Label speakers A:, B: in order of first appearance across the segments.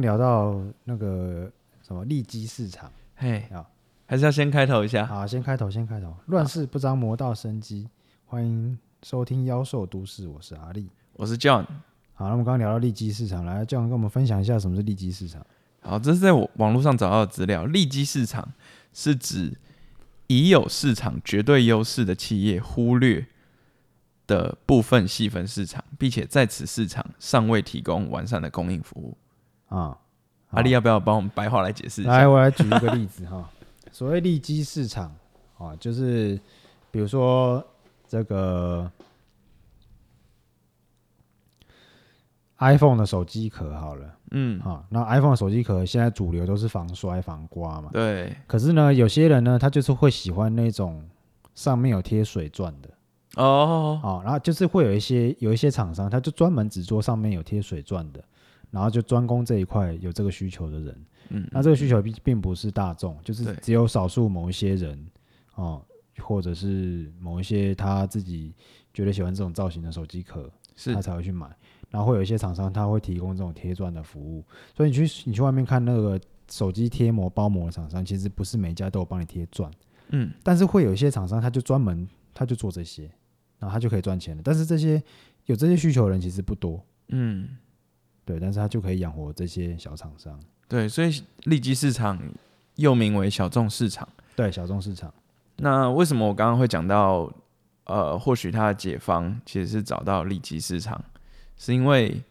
A: 聊到那个什么利基市场，
B: 嘿
A: 好，
B: 还是要先开头一下。
A: 好，先开头，先开头，乱世不张，魔道生机，欢迎收听《妖兽都市》，我是阿力。
B: 我是 John，
A: 好，那我们刚刚聊到利基市场，来，这样跟我们分享一下什么是利基市场。
B: 好，这是在我网络上找到的资料。利基市场是指已有市场绝对优势的企业忽略的部分细分市场，并且在此市场尚未提供完善的供应服务。
A: 啊、
B: 阿丽要不要帮我们白话来解释一下？
A: 来，我来举一个例子哈， 所谓利基市场啊，就是比如说这个 iPhone 的手机壳好了
B: 嗯，
A: 啊，那 iPhone 的手机壳现在主流都是防摔、防刮嘛，
B: 对，
A: 可是呢，有些人呢，他就是会喜欢那种上面有贴水钻的
B: 哦，
A: 啊，然后就是会有一些有一些厂商，他就专门只做上面有贴水钻的。然后就专攻这一块有这个需求的人，
B: 嗯，
A: 那这个需求并并不是大众，就是
B: 对
A: 只有少数某一些人哦，或者是某一些他自己觉得喜欢这种造型的手机壳，
B: 是
A: 他才会去买。然后会有一些厂商他会提供这种贴钻的服务，所以你去你去外面看那个手机贴膜包膜的厂商，其实不是每一家都有帮你贴钻，
B: 嗯，
A: 但是会有一些厂商他就专门他就做这些，然后他就可以赚钱了。但是这些有这些需求的人其实不多，
B: 嗯，
A: 对，但是他就可以养活这些小厂商，
B: 对，所以利基市场又名为小众市场。
A: 对小众市场，
B: 那为什么我刚刚会讲到，呃，或许它的解方其实是找到利基市场，是因为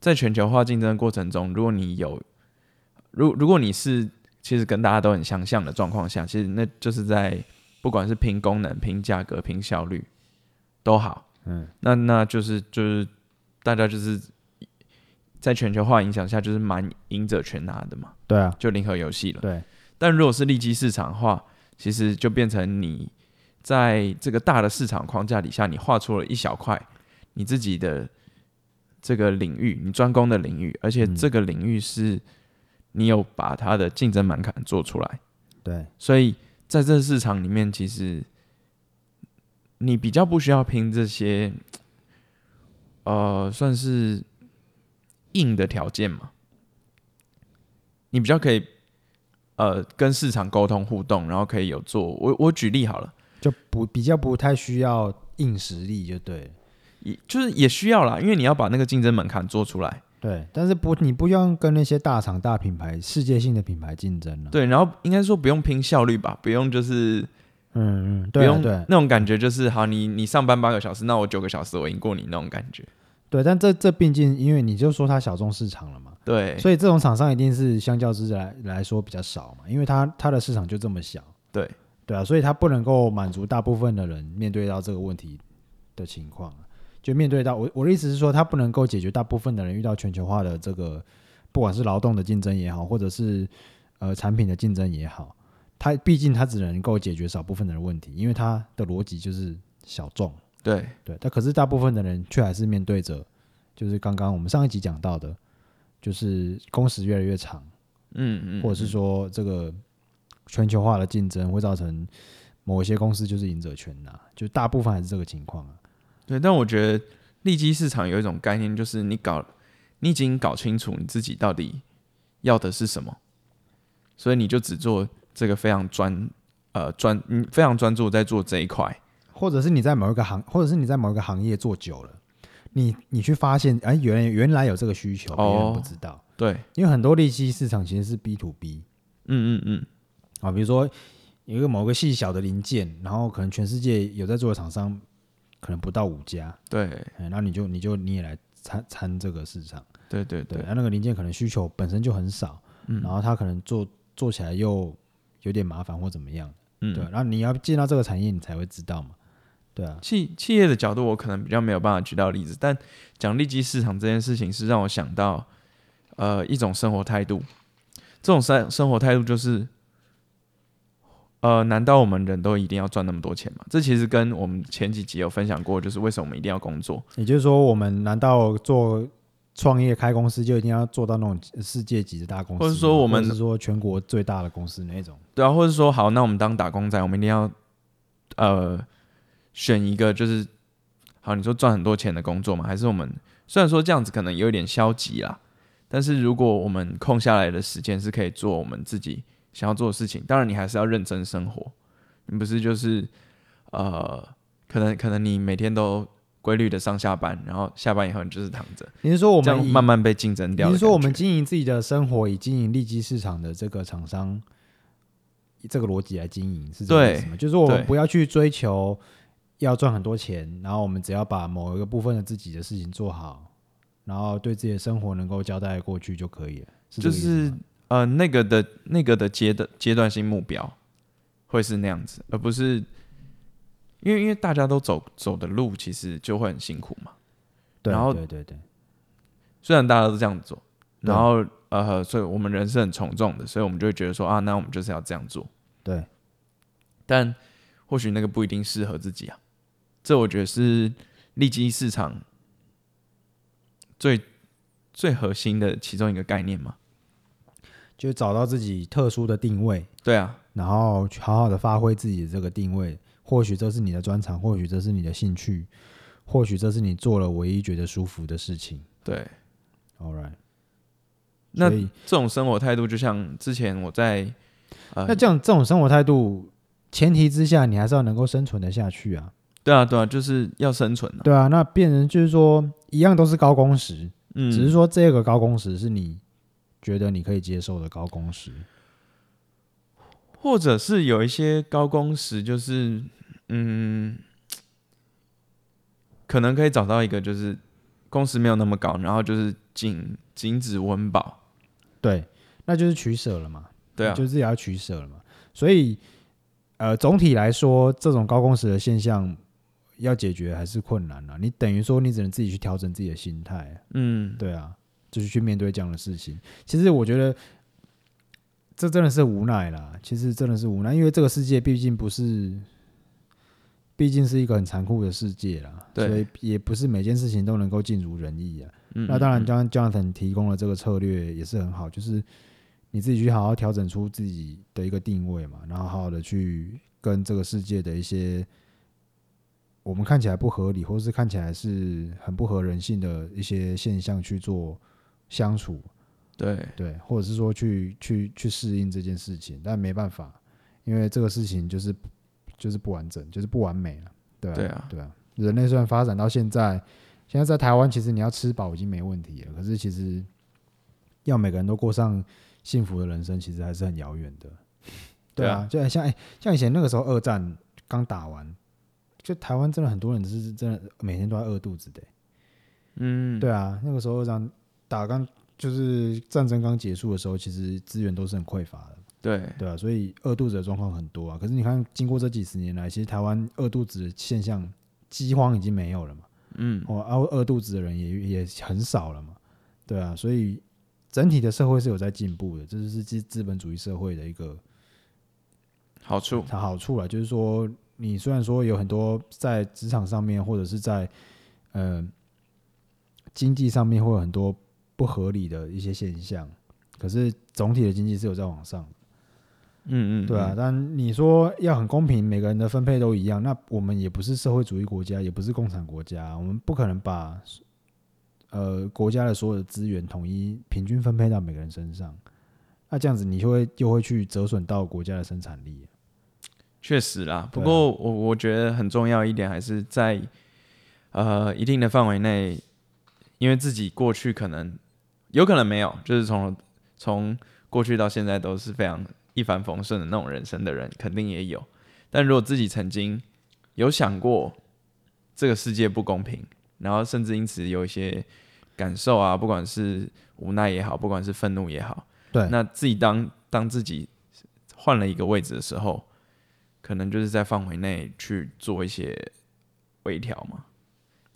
B: 在全球化竞争的过程中，如果你有，如如果你是其实跟大家都很相像的状况下，其实那就是在不管是拼功能、拼价格、拼效率都好，
A: 嗯，
B: 那那就是就是大家就是在全球化影响下，就是蛮赢者全拿的嘛，
A: 对啊，
B: 就零和游戏了。
A: 对。
B: 但如果是利基市场的话，其实就变成你在这个大的市场框架底下，你画出了一小块你自己的这个领域，你专攻的领域，而且
A: 嗯
B: 这个领域是你有把它的竞争门槛做出来，
A: 对，
B: 所以在这市场里面，其实你比较不需要拼这些，呃，算是硬的条件嘛。你比较可以，呃，跟市场沟通互动，然后可以有做。我我举例好了，
A: 就不比较不太需要硬实力就对了
B: 也就是也需要啦，因为你要把那个竞争门槛做出来。
A: 对，但是不你不用跟那些大厂、大品牌、世界性的品牌竞争了、，
B: 对，然后应该说不用拼效率吧，不用就是
A: 嗯嗯，
B: 不
A: 对啊
B: 用
A: 对
B: 那种感觉，就是好，你你上班八个小时，那我九个小时我赢过你那种感觉。
A: 对，但这这毕竟因为你就说它小众市场了嘛，
B: 对，
A: 所以这种厂商一定是相较之来来说比较少嘛，因为它它的市场就这么小，
B: 对
A: 对啊，所以它不能够满足大部分的人面对到这个问题的情况啊，就面对到我我的意思是说，它不能够解决大部分的人遇到全球化的这个，不管是劳动的竞争也好，或者是呃产品的竞争也好，它毕竟它只能够解决少部分的人问题，因为它的逻辑就是小众，
B: 对，
A: 对，但可是大部分的人却还是面对着，就是刚刚我们上一集讲到的，就是工时越来越长，
B: 嗯嗯，
A: 或者是说这个全球化的竞争会造成某一些公司就是赢者全拿，就大部分还是这个情况啊。
B: 对，但我觉得利基市场有一种概念，就是你搞，你已经搞清楚你自己到底要的是什么，所以你就只做这个非常专，呃，专，你非常专注在做这一块。
A: 或者是你在某一个行，或者是你在某一个行业做久了，你你去发现，哎，原来原来有这个需求，别人
B: 哦
A: 不知道，
B: 对，
A: 因为很多利息市场其实是 B to B
B: 嗯嗯嗯，
A: 啊，比如说有一个某个细小的零件，然后可能全世界有在做的厂商可能不到五家，
B: 对，
A: 哎，然后你就你就你也来参参这个市场。
B: 对对
A: 对，
B: 对，
A: 那那个零件可能需求本身就很少，
B: 嗯
A: 然后它可能做做起来又有点麻烦或怎么样，
B: 嗯，
A: 对，然后你要进到这个产业，你才会知道嘛，对啊，
B: 企企业的角度，我可能比较没有办法举到例子，但讲利基市场这件事情是让我想到，呃，一种生活态度。这种生生活态度就是，呃，难道我们人都一定要赚那么多钱吗？这其实跟我们前几集有分享过，就是为什么我们一定要工作？
A: 也就是说，我们难道做创业开公司就一定要做到那种世界级的大公司吗，
B: 或者说我们
A: 或者是说全国最大的公司那种？
B: 对啊，或者说，好，那我们当打工仔，我们一定要，呃，选一个就是，好，你说赚很多钱的工作嘛？还是我们虽然说这样子可能有一点消极啦，但是如果我们空下来的时间是可以做我们自己想要做的事情，当然你还是要认真生活，你不是就是呃，可能可能你每天都规律的上下班，然后下班以后你就是躺着，
A: 你是说我
B: 这样
A: 们以
B: 慢慢被竞争掉的
A: 你是
B: 感觉。
A: 说我们经营自己的生活，以经营利基市场的这个厂商，以这个逻辑来经营是这个意思吗？就是我们
B: 对
A: 不要去追求要赚很多钱，然后我们只要把某一个部分的自己的事情做好，然后对自己的生活能够交代过去就可以了。是这
B: 就
A: 个意思
B: 是
A: 吗
B: 呃那个的那个的阶段阶段性目标会是那样子，而不是因为因为大家都走走的路其实就会很辛苦嘛。
A: 对
B: 然后
A: 对对对，
B: 虽然大家都这样做，
A: 对
B: 然后呃，所以我们人是很从众的，所以我们就会觉得说啊，那我们就是要这样做。
A: 对，
B: 但或许那个不一定适合自己啊。这我觉得是利基市场最最核心的其中一个概念嘛。
A: 就找到自己特殊的定位，
B: 对啊，
A: 然后去好好的发挥自己的这个定位。或许这是你的专长，或许这是你的兴趣，或许这是你做了唯一觉得舒服的事情。
B: 对。
A: All right，
B: 那
A: 所以
B: 这种生活态度，就像之前我在呃
A: 那，这样这种生活态度，前提之下你还是要能够生存得下去啊。
B: 对啊对啊，就是要生存啊。
A: 对啊，那变成就是说，一样都是高工时，
B: 嗯，
A: 只是说这个高工时是你觉得你可以接受的高工时。
B: 或者是有一些高工时，就是嗯，可能可以找到一个就是工时没有那么高，然后就是仅仅止温饱，
A: 对，那就是取舍了嘛。
B: 对啊
A: 就，自己要取舍了嘛。所以，呃，总体来说，这种高工时的现象要解决还是困难啊。你等于说，你只能自己去调整自己的心态、
B: 嗯，
A: 对啊，就是去面对这样的事情。其实我觉得这真的是无奈啦，其实真的是无奈，因为这个世界毕竟不是，毕竟是一个很残酷的世界啦，
B: 对
A: 所以也不是每件事情都能够尽如人意啊。
B: 嗯
A: 那当然
B: 嗯
A: ，John Jonathan 提供了这个策略也是很好，就是你自己去好好调整出自己的一个定位嘛，然后好好的去跟这个世界的一些我们看起来不合理，或是看起来是很不合人性的一些现象去做相处，
B: 对
A: 对，或者是说去去去适应这件事情，但没办法，因为这个事情就是就是不完整，就是不完美了，对啊
B: 对啊，
A: 对啊，人类虽然发展到现在，现在在台湾其实你要吃饱已经没问题了，可是其实要每个人都过上幸福的人生，其实还是很遥远的。对
B: 对
A: 啊
B: 啊，
A: 就像、哎像以前那个时候二战刚打完，就台湾真的很多人是真的每天都在饿肚子的、
B: 嗯，
A: 对啊，那个时候二战打刚就是战争刚结束的时候，其实资源都是很匮乏的。
B: 对
A: 对啊，所以饿肚子的状况很多啊。可是你看，经过这几十年来，其实台湾饿肚子的现象，饥荒已经没有了嘛，
B: 嗯，
A: 哦，啊，饿肚子的人也也很少了嘛，对啊，所以整体的社会是有在进步的，这就是资资本主义社会的一个
B: 好处，
A: 它好处啦，就是说，你虽然说有很多在职场上面或者是在呃经济上面会有很多不合理的一些现象，可是总体的经济是有在往上的。
B: 嗯嗯，
A: 对啊
B: 嗯，，
A: 但你说要很公平，每个人的分配都一样，那我们也不是社会主义国家，也不是共产国家，啊我们不可能把呃国家的所有的资源统一平均分配到每个人身上。那这样子，你就会就会去折损到国家的生产力。
B: 确实啦。不
A: 对啊
B: 过我我觉得很重要一点还是在呃一定的范围内，因为自己过去可能有可能没有，就是从从过去到现在都是非常一帆风顺的那种人生的人，肯定也有。但如果自己曾经有想过这个世界不公平，然后甚至因此有一些感受啊，不管是无奈也好，不管是愤怒也好，
A: 对，
B: 那自己当当自己换了一个位置的时候，可能就是在范围内去做一些微调嘛。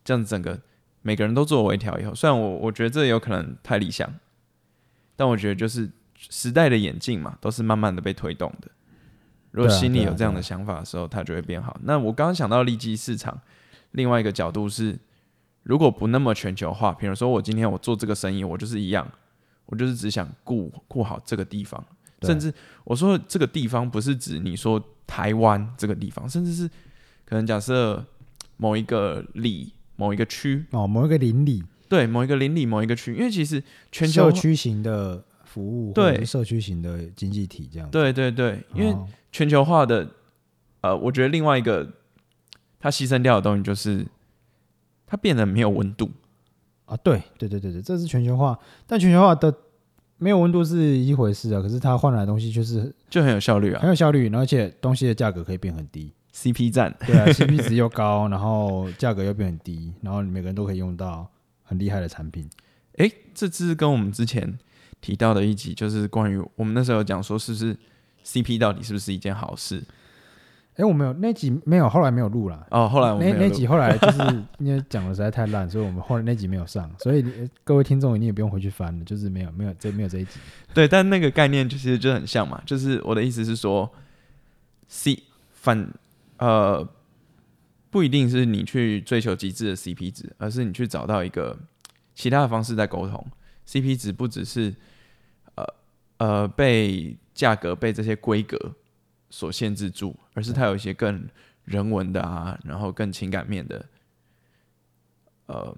B: 这样子整个每个人都做微调以后，虽然我我觉得这有可能太理想，但我觉得就是时代的演进嘛，都是慢慢的被推动的。如果
A: 对啊
B: 心里
A: 对啊
B: 有这样
A: 对啊
B: 的想法的时候，它就会变好。那我刚刚想到利基市场，另外一个角度是，如果不那么全球化，比如说我今天我做这个生意，我就是一样，我就是只想顾顾好这个地方，
A: 对
B: 甚至我说的这个地方不是指你说台湾这个地方，甚至是可能假设某一个里、某一个区，
A: 哦，某一个邻里，
B: 对某一个邻里某一个区，因为其实全球
A: 社区型的服务，
B: 对
A: 或者是社区型的经济体这样子。
B: 对对对，因为
A: 哦
B: 全球化的，呃，我觉得另外一个它牺牲掉的东西就是它变得没有温度。
A: 啊，对对对对对，这是全球化，但全球化的没有温度是一回事啊，可是它换来的东西就是
B: 就很有效率啊
A: 很有效率，然后而且东西的价格可以变很低。
B: ，CP 站，
A: 对 啊，CP 值又高，然后价格又变很低，然后每个人都可以用到很厉害的产品。
B: 诶，这次跟我们之前提到的一集，就是关于我们那时候有讲说，是不是 CP 到底是不是一件好事？
A: 哎，我没有那集没有，后来没有录啦。
B: 哦，后来我们
A: 那
B: 没有
A: 那
B: 录
A: 集后来 就是因为讲的实在太烂，所以我们后来那集没有上，所以你各位听众你也不用回去翻了，就是没有没有这没有这一集。
B: 对，但那个概念其实就很像嘛，就是我的意思是说，C 反呃不一定是你去追求极致的 CP 值，而是你去找到一个其他的方式在沟通。CP 值不只是呃呃被价格被这些规格所限制住，而是它有一些更人文的啊，然后更情感面的，呃，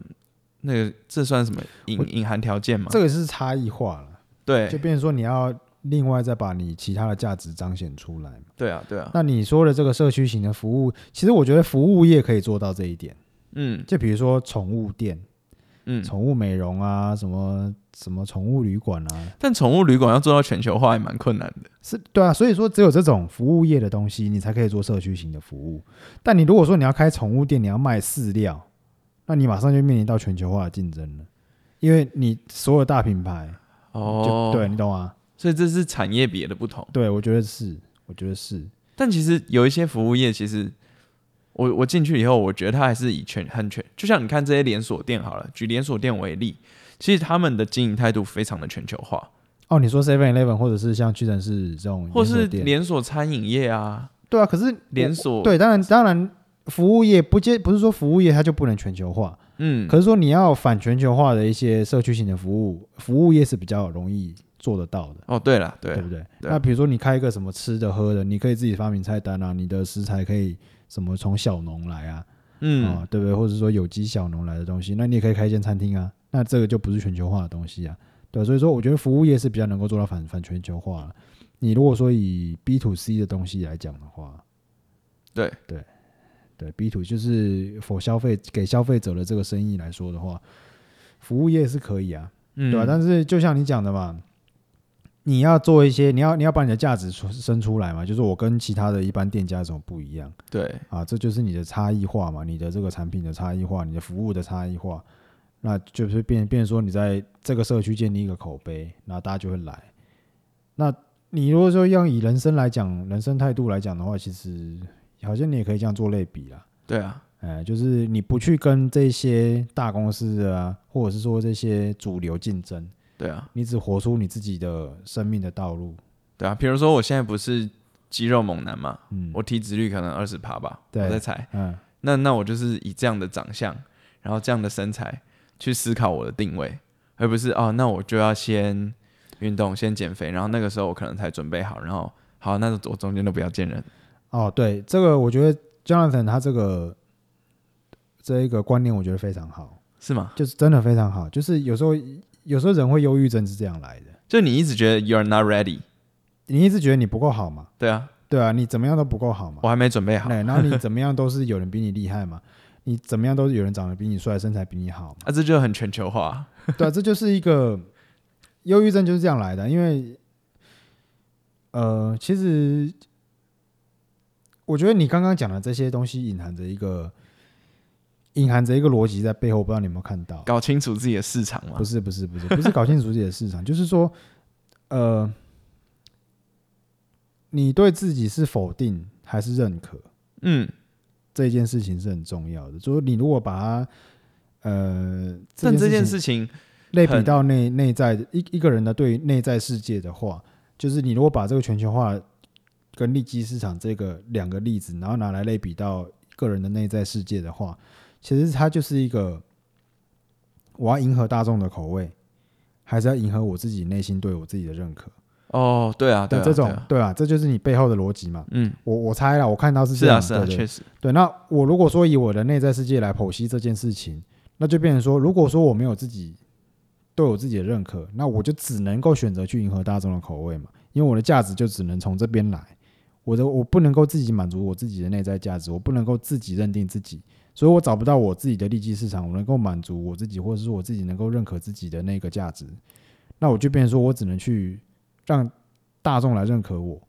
B: 那个这算什么隐
A: 我
B: 隐含条件吗？
A: 这个是差异化了，
B: 对
A: 就变成说你要另外再把你其他的价值彰显出来嘛。
B: 对啊对啊，
A: 那你说的这个社区型的服务，其实我觉得服务业可以做到这一点，
B: 嗯
A: 就比如说宠物店、
B: 嗯，
A: 宠物美容啊，什么什么宠物旅馆啊，
B: 但宠物旅馆要做到全球化也蛮困难的。
A: 是对啊，所以说只有这种服务业的东西，你才可以做社区型的服务。但你如果说你要开宠物店，你要卖饲料，那你马上就面临到全球化的竞争了，因为你所有大品牌就、
B: 哦，
A: 对，你懂吗？
B: 所以这是产业别的不同。
A: 对，我觉得是，我觉得是，
B: 但其实有一些服务业，其实我我进去以后，我觉得它还是以全很全，就像你看这些连锁店好了，举连锁店为例，其实他们的经营态度非常的全球化，
A: 哦，你说 Seven Eleven 或者是像屈臣氏这种连
B: 或
A: 锁
B: 是
A: 店
B: 连锁餐饮业啊，
A: 对啊，可是
B: 连
A: 我
B: 锁
A: 对，当然当然，服务业不接不是说服务业它就不能全球化，
B: 嗯
A: 可是说你要反全球化的一些社区型的服务，服务业是比较容易做得到的。
B: 哦对了对
A: 对
B: 啦
A: 不对？
B: 对
A: 那比如说你开一个什么吃的喝的，你可以自己发明菜单啊，你的食材可以什么从小农来啊，
B: 嗯
A: 啊，对不对？或者说有机小农来的东西，那你也可以开一间餐厅啊，那这个就不是全球化的东西啊，对，所以说我觉得服务业是比较能够做到反反全球化了。你如果说以 B to C 的东西来讲的话，
B: 对
A: 对对，B to 就是否消费给消费者的这个生意来说的话，服务业是可以啊，
B: 嗯
A: 对吧、但是就像你讲的嘛，你要做一些，你要你要把你的价值出生出来嘛，就是我跟其他的一般店家怎么不一样
B: 对
A: 啊？这就是你的差异化嘛，你的这个产品的差异化，你的服务的差异化，那就是变变成说你在这个社区建立一个口碑，那大家就会来。那你如果说要以人生来讲，人生态度来讲的话，其实好像你也可以这样做类比啦。
B: 对啊，
A: 哎，就是你不去跟这些大公司啊，或者是说这些主流竞争，
B: 对啊
A: 你只活出你自己的生命的道路。
B: 对啊，比如说我现在不是肌肉猛男嘛，
A: 嗯，
B: 我体脂率可能二十趴吧，
A: 对
B: 我在猜。
A: 嗯，
B: 那那我就是以这样的长相，然后这样的身材去思考我的定位，而不是哦，那我就要先运动，先减肥，然后那个时候我可能才准备好，然后好，那我中间都不要见人。
A: 哦，对，这个我觉得 Jonathan 他这个这一个观念，我觉得非常好，
B: 是吗？
A: 就是真的非常好。就是有时候有时候人会忧郁症是这样来的，
B: 就你一直觉得 you're not ready，
A: 你一直觉得你不够好嘛，
B: 对啊，
A: 对啊，你怎么样都不够好嘛，
B: 我还没准备好，
A: 对，然后你怎么样都是有人比你厉害嘛。你怎么样都是有人长得比你帅，身材比你好嘛，
B: 啊，这就很全球化，
A: 对啊，这就是一个忧郁症就是这样来的，因为呃，其实我觉得你刚刚讲的这些东西隐含着一个隐含着一个逻辑在背后，不知道你有没有看到？
B: 搞清楚自己的市场嘛
A: 不。是不是不是不是搞清楚自己的市场，就是说，呃，你对自己是否定还是认可？
B: 嗯，
A: 这件事情是很重要的，就是你如果把它，呃，
B: 但这件
A: 情
B: 事情，
A: 类比
B: 很
A: 到内内在的一一个人的对于内在世界的话，就是你如果把这个全球化跟利基市场这个两个例子，然后拿来类比到个人的内在世界的话，其实它就是一个我要迎合大众的口味，还是要迎合我自己内心对我自己的认可？
B: 哦，对啊，对
A: 但
B: 啊，
A: 这种
B: 对啊
A: 对啊，这就是你背后的逻辑嘛。
B: 嗯，
A: 我我猜了，我看到是
B: 是
A: 这样
B: 啊，
A: 嘛，
B: 是啊，
A: 对对
B: 确实，
A: 对，那我如果说以我的内在世界来剖析这件事情，那就变成说，如果说我没有自己对我自己的认可，那我就只能够选择去迎合大众的口味嘛，因为我的价值就只能从这边来，我的我不能够自己满足我自己的内在价值，我不能够自己认定自己，所以我找不到我自己的利基市场，我能够满足我自己，或者是我自己能够认可自己的那个价值，那我就变成说我只能去让大众来认可我。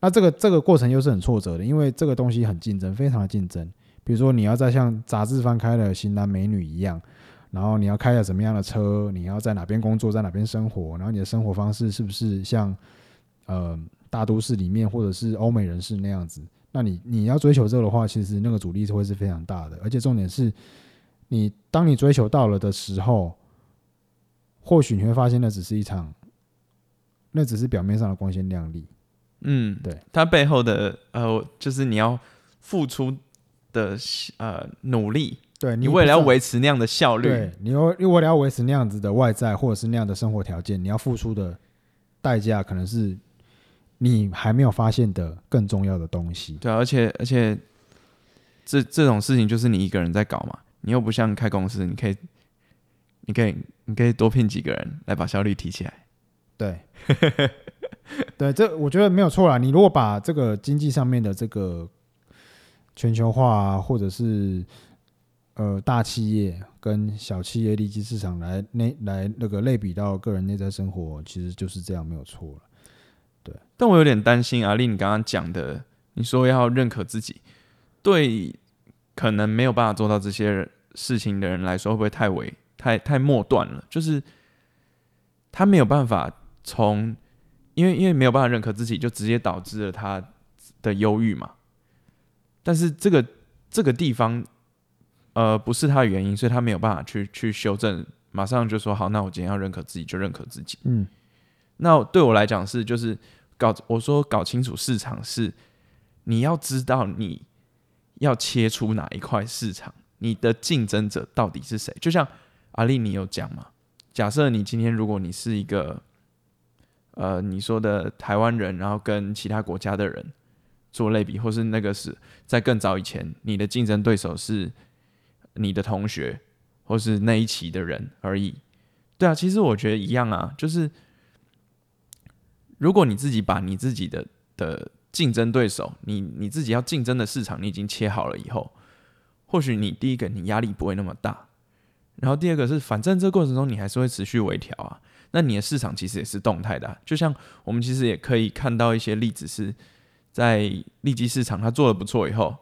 A: 那这个这个过程又是很挫折的，因为这个东西很竞争，非常的竞争。比如说你要在像杂志翻开了型男美女一样，然后你要开了什么样的车，你要在哪边工作，在哪边生活，然后你的生活方式是不是像呃大都市里面或者是欧美人士那样子？那你你要追求这个的话，其实那个阻力是会是非常大的，而且重点是，你当你追求到了的时候，或许你会发现那只是一场，那只是表面上的光鲜亮丽。
B: 嗯，
A: 对，
B: 它背后的呃，就是你要付出的呃努力，
A: 对
B: 你为了要
A: 不是
B: 维持那样的效率
A: 对，你要如果你要维持那样子的外在或者是那样的生活条件，你要付出的代价可能是你还没有发现的更重要的东西。
B: 对啊，而且而且这这种事情就是你一个人在搞嘛，你又不像开公司，你可以，你可以，你可以多聘几个人来把效率提起来。
A: 对，对，这我觉得没有错啦。你如果把这个经济上面的这个全球化、啊、或者是呃大企业跟小企业利基市场来那来那个类比到个人内在生活，其实就是这样，没有错了。
B: 但我有点担心阿丽，你刚刚讲的，你说要认可自己，对可能没有办法做到这些事情的人来说，会不会太伪、太太末端了？就是他没有办法从，因为因为没有办法认可自己，就直接导致了他的忧郁嘛。但是这个这个地方，呃，不是他的原因，所以他没有办法去去修正，马上就说好，那我今天要认可自己，就认可自己。
A: 嗯，
B: 那对我来讲是就是搞我说搞清楚市场是你要知道你要切出哪一块市场，你的竞争者到底是谁？就像阿丽你有讲嘛，假设你今天如果你是一个呃你说的台湾人，然后跟其他国家的人做类比，或是那个是在更早以前，你的竞争对手是你的同学或是那一期的人而已。对啊，其实我觉得一样啊，就是如果你自己把你自己的的竞争对手，你你自己要竞争的市场，你已经切好了以后，或许你第一个你压力不会那么大，然后第二个是，反正这过程中你还是会持续微调啊。那你的市场其实也是动态的啊、就像我们其实也可以看到一些例子是在利基市场，它做的不错以后，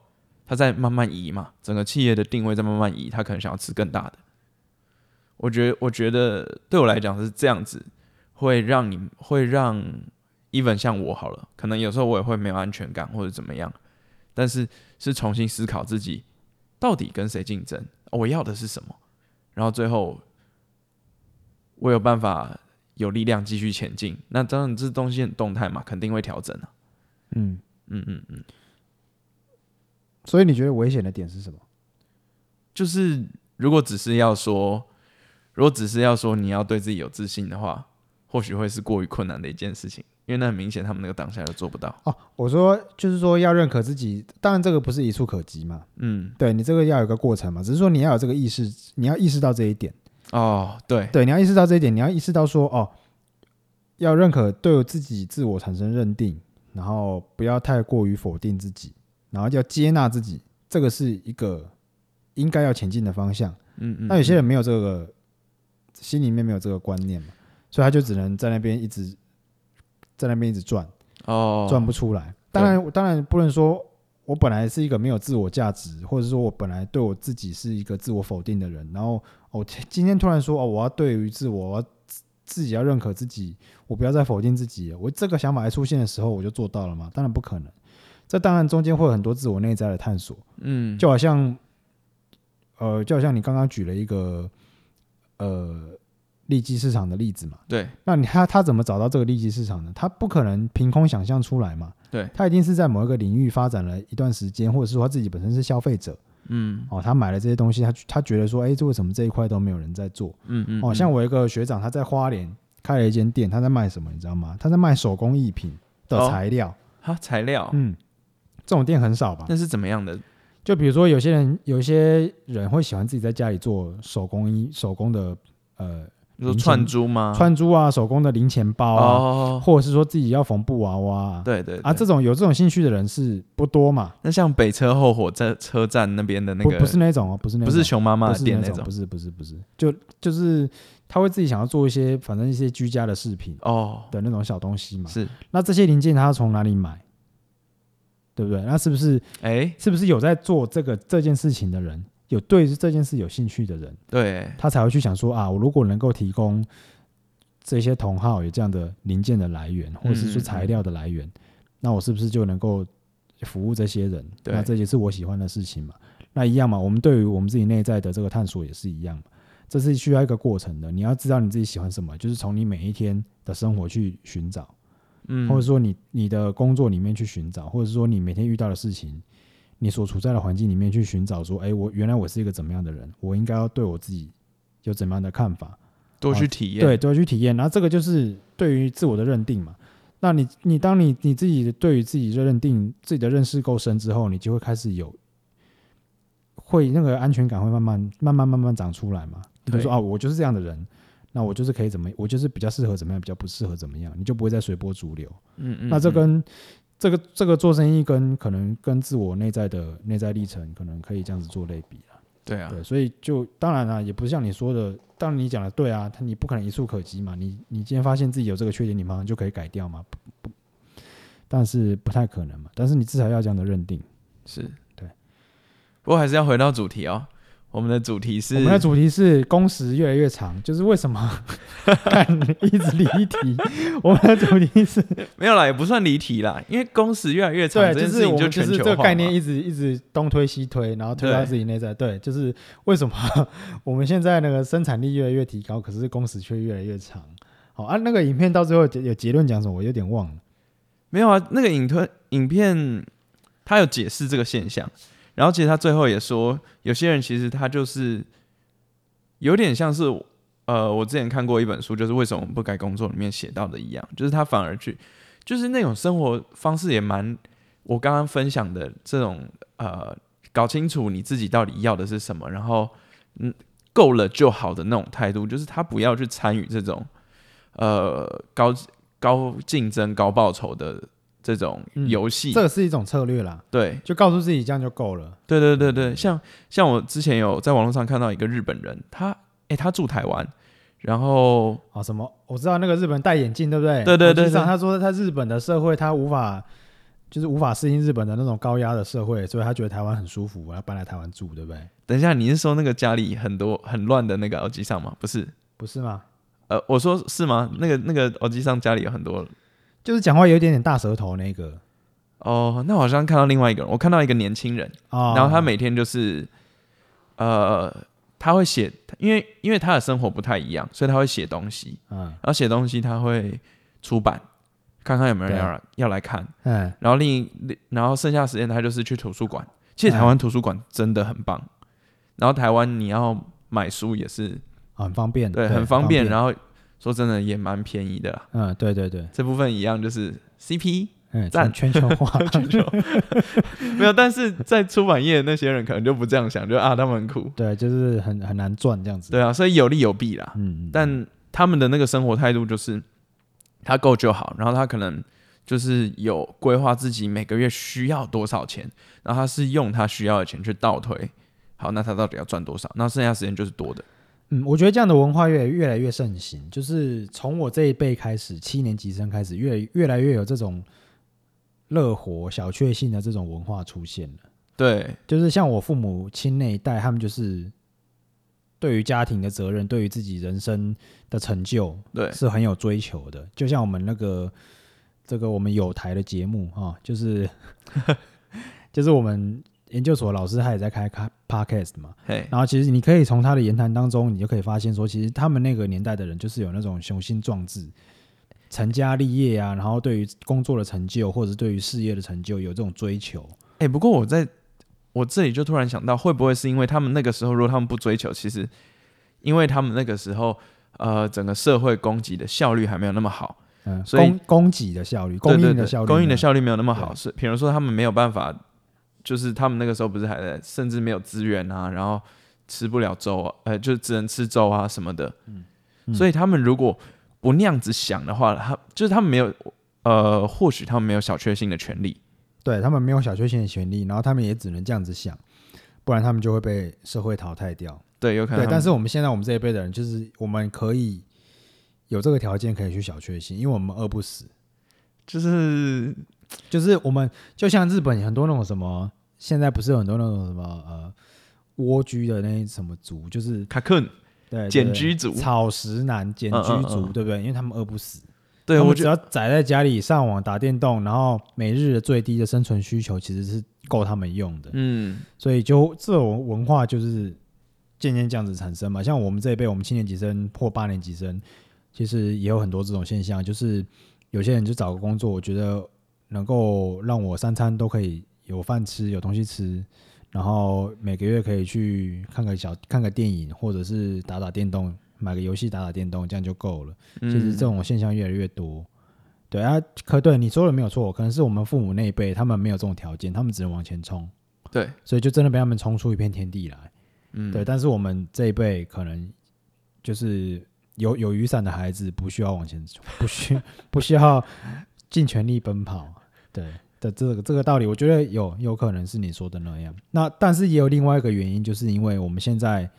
B: 它在慢慢移嘛，整个企业的定位在慢慢移，它可能想要吃更大的。我觉得，我觉得对我来讲是这样子，会让你会让 even 像我好了，可能有时候我也会没有安全感或者怎么样，但是是重新思考自己到底跟谁竞争，哦我要的是什么，然后最后我有办法有力量继续前进。那当然这东西很动态嘛，肯定会调整啊。
A: 嗯，
B: 嗯嗯嗯，
A: 所以你觉得危险的点是什么？
B: 就是如果只是要说，如果只是要说你要对自己有自信的话，或许会是过于困难的一件事情，因为那很明显他们那个当下就做不到。
A: 哦，我说就是说要认可自己，当然这个不是一触可及嘛，
B: 嗯，
A: 对你这个要有个过程嘛，只是说你要有这个意识，你要意识到这一点，
B: 哦，对，
A: 对，你要意识到这一点，你要意识到说哦，要认可对我自己自我产生认定，然后不要太过于否定自己，然后要接纳自己，这个是一个应该要前进的方向。
B: 嗯嗯，
A: 那有些人没有这个心里面没有这个观念嘛，所以他就只能在那边一直在那边一直转。
B: 哦，
A: 赚不出来。当然，当然不能说我本来是一个没有自我价值，或者说我本来对我自己是一个自我否定的人，然后我、哦今今天突然说哦，我要对于自我，我要自自己要认可自己，我不要再否定自己了。我这个想法一出现的时候，我就做到了吗？当然不可能。这当然中间会有很多自我内在的探索，
B: 嗯，
A: 就好像，呃，就好像你刚刚举了一个，呃，利基市场的例子嘛，
B: 对，
A: 那你他他怎么找到这个利基市场呢？他不可能凭空想象出来嘛。
B: 对
A: 他一定是在某一个领域发展了一段时间，或者是说他自己本身是消费者
B: 嗯
A: 哦，他买了这些东西，他他觉得说，哎，这为什么这一块都没有人在做？
B: 嗯嗯，
A: 哦，像我一个学长，他在花莲开了一间店，他在卖什么？你知道吗？他在卖手工艺品的
B: 哦
A: 材料。嗯
B: 哈材料，
A: 嗯，这种店很少吧？
B: 那是怎么样的？
A: 就比如说有些人，有些人会喜欢自己在家里做手工衣、手工的呃
B: 你说串珠吗？
A: 串珠啊、手工的零钱包啊，
B: 哦，
A: 或者是说自己要缝布娃娃啊。
B: 对对
A: 啊，
B: 对
A: 这种有这种兴趣的人是不多嘛？
B: 那像北车后火车车站那边的那
A: 不
B: 个，
A: 不是那种哦，不是那
B: 不
A: 种，
B: 是熊妈妈
A: 不
B: 的
A: 是
B: 店
A: 那
B: 种
A: 不是不是不是，就就是他会自己想要做一些，反正一些居家的饰品
B: 哦，
A: 的那种小东西嘛。
B: 是
A: 那这些零件他从哪里买？对不对？那是不是
B: 哎，
A: 是不是有在做这个这件事情的人，有对这件事有兴趣的人，
B: 对
A: 他才会去想说啊，我如果能够提供这些同号有这样的零件的来
B: 嗯
A: 源，或者是说材料的来源，那我是不是就能够服务这些人？
B: 对
A: 那这也是我喜欢的事情嘛。那一样嘛，我们对于我们自己内在的这个探索也是一样嘛。这是需要一个过程的，你要知道你自己喜欢什么，就是从你每一天的生活去寻找。
B: 嗯，
A: 或者说你你的工作里面去寻找，或者说你每天遇到的事情，你所处在的环境里面去寻找，说，哎，我原来我是一个怎么样的人，我应该要对我自己有怎么样的看法，
B: 多去体验，
A: 哦对，，多去体验。然后这个就是对于自我的认定嘛。那你你当你你自己对于自己的认定、自己的认识够深之后，你就会开始有，会那个安全感会慢慢慢慢慢慢长出来嘛。你就
B: 对
A: 说啊，我就是这样的人，那我就是可以怎么，我就是比较适合怎么样，比较不适合怎么样，你就不会再随波逐流。
B: 嗯嗯，
A: 那这
B: 嗯
A: 跟这个这个做生意跟可能跟自我内在的内在历程，可能可以这样子做类比啊。
B: 对啊，
A: 对，所以就当然啦、也不像你说的，当然你讲的对啊，他你不可能一触可及嘛。你你今天发现自己有这个缺点，你马上就可以改掉嘛？不不，但是不太可能嘛。但是你至少要这样的认定。
B: 是，
A: 对。
B: 不过还是要回到主题哦，我们的主题是
A: 我们的主题是工时越来越长，就是为什么 看一直离题。我们的主题是
B: 没有啦，也不算离题啦，因为工时越来越长，
A: 对，就
B: 这件事
A: 是
B: 情
A: 我们就
B: 全
A: 是
B: 球
A: 这
B: 化
A: 个概念
B: 嘛
A: 一直一直东推西推，然后推到
B: 对
A: 自己内在。对，就是为什么 我们现在那个生产力越来越提高，可是工时却越来越长。好啊，那个影片到最后结有结论讲什么，我有点忘了。
B: 没有啊，那个影推影片，他有解释这个现象，然后其实他最后也说，有些人其实他就是有点像是呃，我之前看过一本书，就是为什么我们不该工作里面写到的一样，就是他反而去，就是那种生活方式也蛮我刚刚分享的这种呃，搞清楚你自己到底要的是什么，然后嗯，够了就好的那种态度，就是他不要去参与这种呃高高竞争、高报酬的这种
A: 嗯
B: 游戏。
A: 这个是一种策略啦，
B: 对
A: 就告诉自己这样就够了。
B: 对对对对，像像我之前有在网络上看到一个日本人，他诶，他住台湾，然后
A: 啊，什么？我知道那个日本戴眼镜，对不对？
B: 对对
A: 国
B: 对
A: 际上
B: 对
A: 他说他日本的社会他无法，就是无法适应日本的那种高压的社会，所以他觉得台湾很舒服，我要搬来台湾住，对不对？
B: 等一下你是说那个家里很多很乱的那个耳机上吗？不是，
A: 不是吗？
B: 呃，我说是吗？那个那个耳机上家里有很多
A: 就是讲话有一点点大舌头那个
B: 哦，那我好像看到另外一个人，我看到一个年轻人，
A: 啊，
B: 然后他每天就是，呃，他会写，因为因为他的生活不太一样，所以他会写东西，
A: 嗯
B: 然后写东西他会出版，看看有没有人
A: 对
B: 要来要来看，
A: 嗯。
B: 然后另一另然后剩下的时间他就是去图书馆。其实
A: 嗯
B: 台湾图书馆真的很棒，然后台湾你要买书也是
A: 啊很方便，
B: 嗯对很方便，然后说真的也蛮便宜的啦。
A: 嗯，对对对，
B: 这部分一样就是 CP
A: 嗯，
B: 赞
A: 全全球 化，
B: 全球没有，但是在出版业那些人可能就不这样想，就啊他们很酷，
A: 对，就是很很难赚这样子，
B: 对啊，所以有利有弊啦。
A: 嗯，嗯，
B: 但他们的那个生活态度就是，他够就好，然后他可能就是有规划自己每个月需要多少钱，然后他是用他需要的钱去倒推，好，那他到底要赚多少？那剩下时间就是多的，
A: 嗯，我觉得这样的文化越来越来越盛行，就是从我这一辈开始，七年级生开始，越来越来越有这种乐活小确幸的这种文化出现了。
B: 对，
A: 就是像我父母亲那一代，他们就是对于家庭的责任，对于自己人生的成就，
B: 对
A: 是很有追求的。就像我们那个这个我们有台的节目啊、就是 就是我们研究所老师他也在开开 podcast 嘛，
B: 嘿，
A: 然后其实你可以从他的言谈当中，你就可以发现说，其实他们那个年代的人就是有那种雄心壮志。成家立业啊，然后对于工作的成就，或者是对于事业的成就，有这种追求。
B: 哎、不过我在我这里就突然想到，会不会是因为他们那个时候，如果他们不追求，其实因为他们那个时候，呃，整个社会供给的效率还没有那么好，
A: 嗯，
B: 所以
A: 供供给的效率，供
B: 对
A: 应
B: 对
A: 的
B: 对
A: 效率呢，
B: 供应的效率没有那么好，
A: 对
B: 是比如说他们没有办法就是他们那个时候不是还在，甚至没有资源啊，然后吃不了粥啊，呃，就只能吃粥啊什么的。
A: 嗯
B: 所以他们如果不那样子想的话，他就是他们没有，呃，或许他们没有小确幸的权利。
A: 对他们没有小确幸的权利，然后他们也只能这样子想，不然他们就会被社会淘汰掉。
B: 对，有可能
A: 对，
B: 他们。
A: 但是我们现在我们这一辈的人，就是我们可以有这个条件可以去小确幸，因为我们饿不死。
B: 就是
A: 就是我们就像日本很多那种什么，现在不是有很多那种什么呃蜗居的那什么族，就是
B: 卡克，
A: 对
B: 简
A: 对
B: 居族
A: 草食男、简
B: 嗯嗯
A: 居族，
B: 嗯
A: 对不对？因为他们饿不死，
B: 对
A: 他们
B: 我
A: 只
B: 觉得
A: 要宅在家里上网打电动，然后每日的最低的生存需求其实是够他们用的。
B: 嗯，
A: 所以就这种文化就是渐渐这样子产生嘛。像我们这一辈，我们七年级生或八年级生，其实也有很多这种现象，就是有些人就找个工作，我觉得能够让我三餐都可以有饭吃、有东西吃，然后每个月可以去看个小看个电影，或者是打打电动，买个游戏打打电动，这样就够了。
B: 嗯
A: 其实这种现象越来越多。对啊，可对你说的没有错，可能是我们父母那一辈，他们没有这种条件，他们只能往前冲。
B: 对，
A: 所以就真的被他们冲出一片天地来。
B: 嗯，
A: 对，但是我们这一辈可能就是有有雨伞的孩子，不需要往前冲，不需 不需要尽全力奔跑。对的，这个这个道理，我觉得有有可能是你说的那样。那但是也有另外一个原因，就是因为我们现在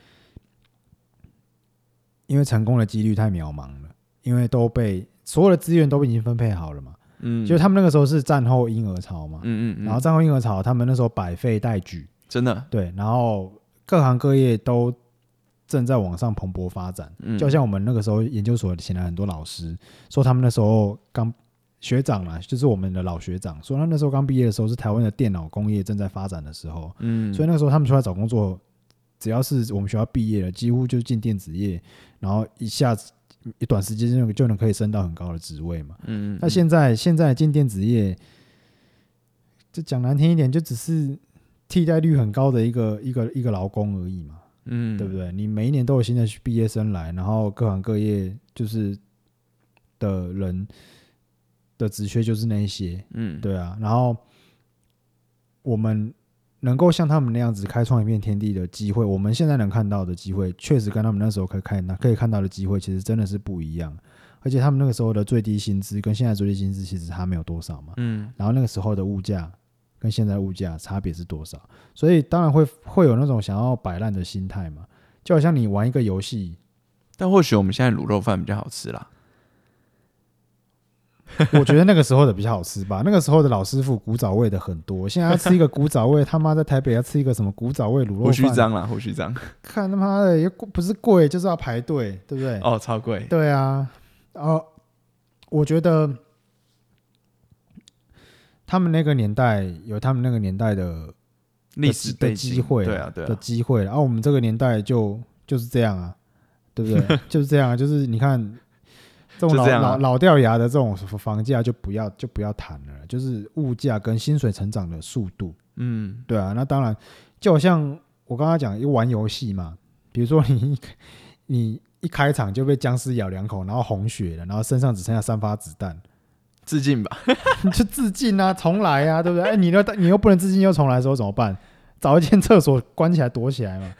A: 因为成功的几率太渺茫了，因为都被所有的资源都已经分配好了嘛。
B: 嗯，
A: 就是他们那个时候是战后婴儿潮嘛，
B: 嗯嗯，
A: 然后战后婴儿潮，他们那时候百废待举，
B: 真的，
A: 对，然后各行各业都正在往上蓬勃发展。
B: 嗯，
A: 就像我们那个时候研究所请来很多老师，说他们那时候刚学长啦，就是我们的老学长，说他那时候刚毕业的时候是台湾的电脑工业正在发展的时候，
B: 嗯，
A: 所以那时候他们出来找工作，只要是我们学校毕业了，几乎就进电子业，然后一下子一短时间就能就能可以升到很高的职位嘛。
B: 嗯，嗯
A: 那现在现在进电子业，就讲难听一点，就只是替代率很高的一个一个一个劳工而已嘛，
B: 嗯，
A: 对不对？你每一年都有新的毕业生来，然后各行各业就是的人的职缺就是那一些，
B: 嗯，
A: 对啊。然后我们能够像他们那样子开创一片天地的机会，我们现在能看到的机会，确实跟他们那时候可以看到可以看到的机会，其实真的是不一样。而且他们那个时候的最低薪资跟现在最低薪资其实差没有多少嘛。
B: 嗯，
A: 然后那个时候的物价跟现在物价差别是多少，所以当然会会有那种想要摆烂的心态嘛。就好像你玩一个游戏，
B: 但或许我们现在卤肉饭比较好吃啦。
A: 我觉得那个时候的比较好吃吧。那个时候的老师傅古早味的很多，现在要吃一个古早味，他妈在台北要吃一个什么古早味卤
B: 胡须
A: 肉饭，
B: 章啦，胡须章，
A: 看他妈的也不是贵就是要排队，对不对？
B: 哦，超贵，
A: 对啊，哦，我觉得他们那个年代有他们那个年代的
B: 历史
A: 的
B: 背
A: 机
B: 景，
A: 机会
B: 对啊，对
A: 的
B: 啊，
A: 机会了。然、后我们这个年代就就是这样啊，对不 对？就是这样啊，就是你看这种
B: 就
A: 老、
B: 这样啊
A: 老老掉牙的这种房价就不要就不要谈了，就是物价跟薪水成长的速度，
B: 嗯，
A: 对啊。那当然，就好像我刚刚讲，一玩游戏嘛，比如说你一你一开场就被僵尸咬两口，然后红血了，然后身上只剩下三发子弹，
B: 致敬吧，
A: 你就自尽啊，重来啊，对不对？哎，你又你又不能自尽又重来的时候怎么办？找一间厕所关起来躲起来嘛。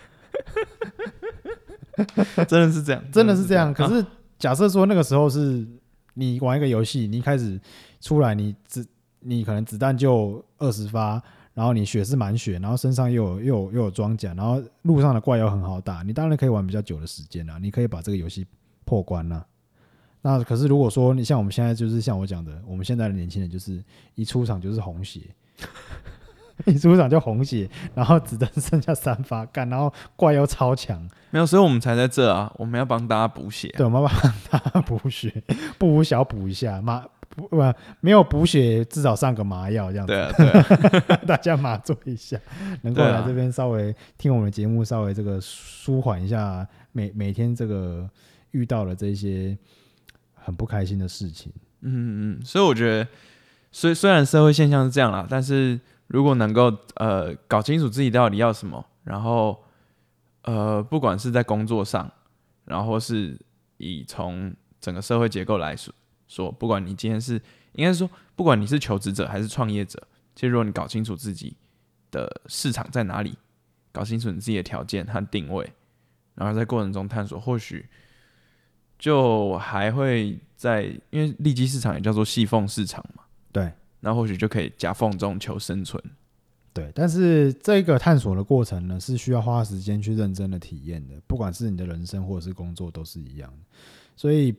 B: 真的是这样，
A: 真的是这样。可
B: 啊
A: 是假设说那个时候是你玩一个游戏，你一开始出来，你子你可能子弹就二十发，然后你血是满血，然后身上又有又有又有装甲，然后路上的怪又很好打，你当然可以玩比较久的时间啦，你可以把这个游戏破关啦。那可是如果说你像我们现在就是像我讲的，我们现在的年轻人就是一出场就是红血。 一出场就红血，然后子弹剩下三发，干，然后怪又超强，
B: 没有，所以我们才在这啊，我们要帮大家补血，
A: 对，我们要帮他补血， 不补小补一下，麻不不没有补血，至少上个麻药这样子，
B: 对啊，对啊，
A: 大 家麻醉一下，能够
B: 对啊
A: 来这边稍微听我们的节目，稍微这个舒缓一下每每天这个遇到了这些很不开心的事情。
B: 嗯嗯，所以我觉得，虽虽然社会现象是这样啦，但是如果能够呃搞清楚自己到底要什么，然后呃不管是在工作上，然后是以从整个社会结构来说说，不管你今天是应该是说，不管你是求职者还是创业者，其实如果你搞清楚自己的市场在哪里，搞清楚你自己的条件和定位，然后在过程中探索，或许就还会在，因为利基市场也叫做细缝市场嘛，
A: 对
B: 那或许就可以夹缝中求生存。
A: 对，但是这个探索的过程呢，是需要花时间去认真的体验的，不管是你的人生或者是工作都是一样的。所以，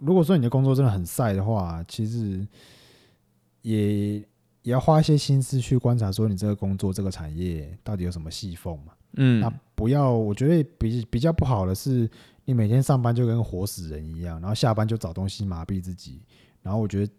A: 如果说你的工作真的很晒的话，其实也也要花一些心思去观察，说你这个工作这个产业到底有什么细缝嘛。
B: 嗯
A: 那，不要，我觉得比比较不好的是，你每天上班就跟活死人一样，然后下班就找东西麻痹自己，然后我觉得，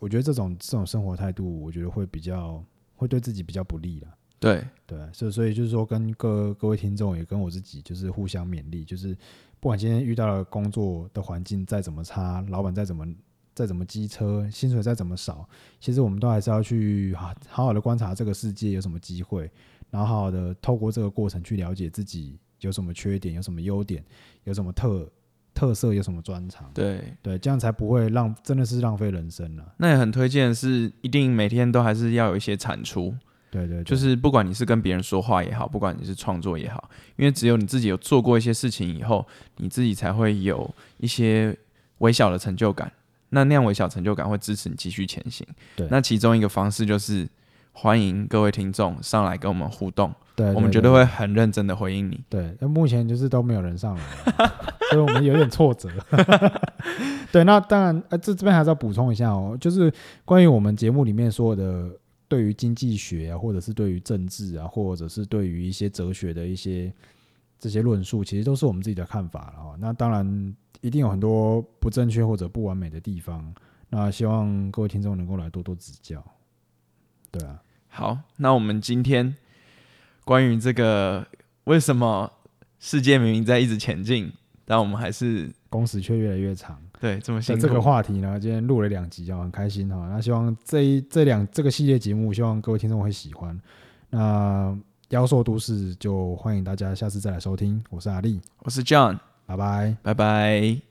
A: 我觉得这种这种生活态度，我觉得会比较会对自己比较不利啦。
B: 对，
A: 对啊，所以所以就是说，跟各各位听众也跟我自己就是互相勉励，就是不管今天遇到了工作的环境再怎么差，老板再怎么再怎么机车，薪水再怎么少，其实我们都还是要去好好好的观察这个世界有什么机会，然后好好的透过这个过程去了解自己有什么缺点，有什么优点，有什么特特色，有什么专长。
B: 对。
A: 对，这样才不会浪，真的是浪费人生了。
B: 那也很推荐是，一定每天都还是要有一些产出，
A: 对对对，
B: 就是不管你是跟别人说话也好，不管你是创作也好，因为只有你自己有做过一些事情以后，你自己才会有一些微小的成就感。那那样微小成就感会支持你继续前行。
A: 对
B: 那其中一个方式就是欢迎各位听众上来跟我们互动，
A: 对，
B: 我们绝
A: 觉
B: 对
A: 得。
B: 会很认真的回应你。
A: 对，那目前就是都没有人上来啊， 所以我们有点挫折。 对，那当然，呃，这这边还是要补充一下哦，就是关于我们节目里面所有的对于经济学啊，或者是对于政治啊，或者是对于一些哲学的一些这些论述，其实都是我们自己的看法了哦。那当然，一定有很多不正确或者不完美的地方，那希望各位听众能够来多多指教。对啊，
B: 好，那我们今天关于这个为什么世界明明在一直前进，但我们还是
A: 工时却越来越长。
B: 对这么辛
A: 在
B: 苦。
A: 这个话题呢，今天录了两集哦，很开心哈、那希望这一这两这个系列节目，希望各位听众会喜欢。那《妖兽都市》就欢迎大家下次再来收听，我是阿力，
B: 我是 John，
A: 拜拜。
B: 拜拜。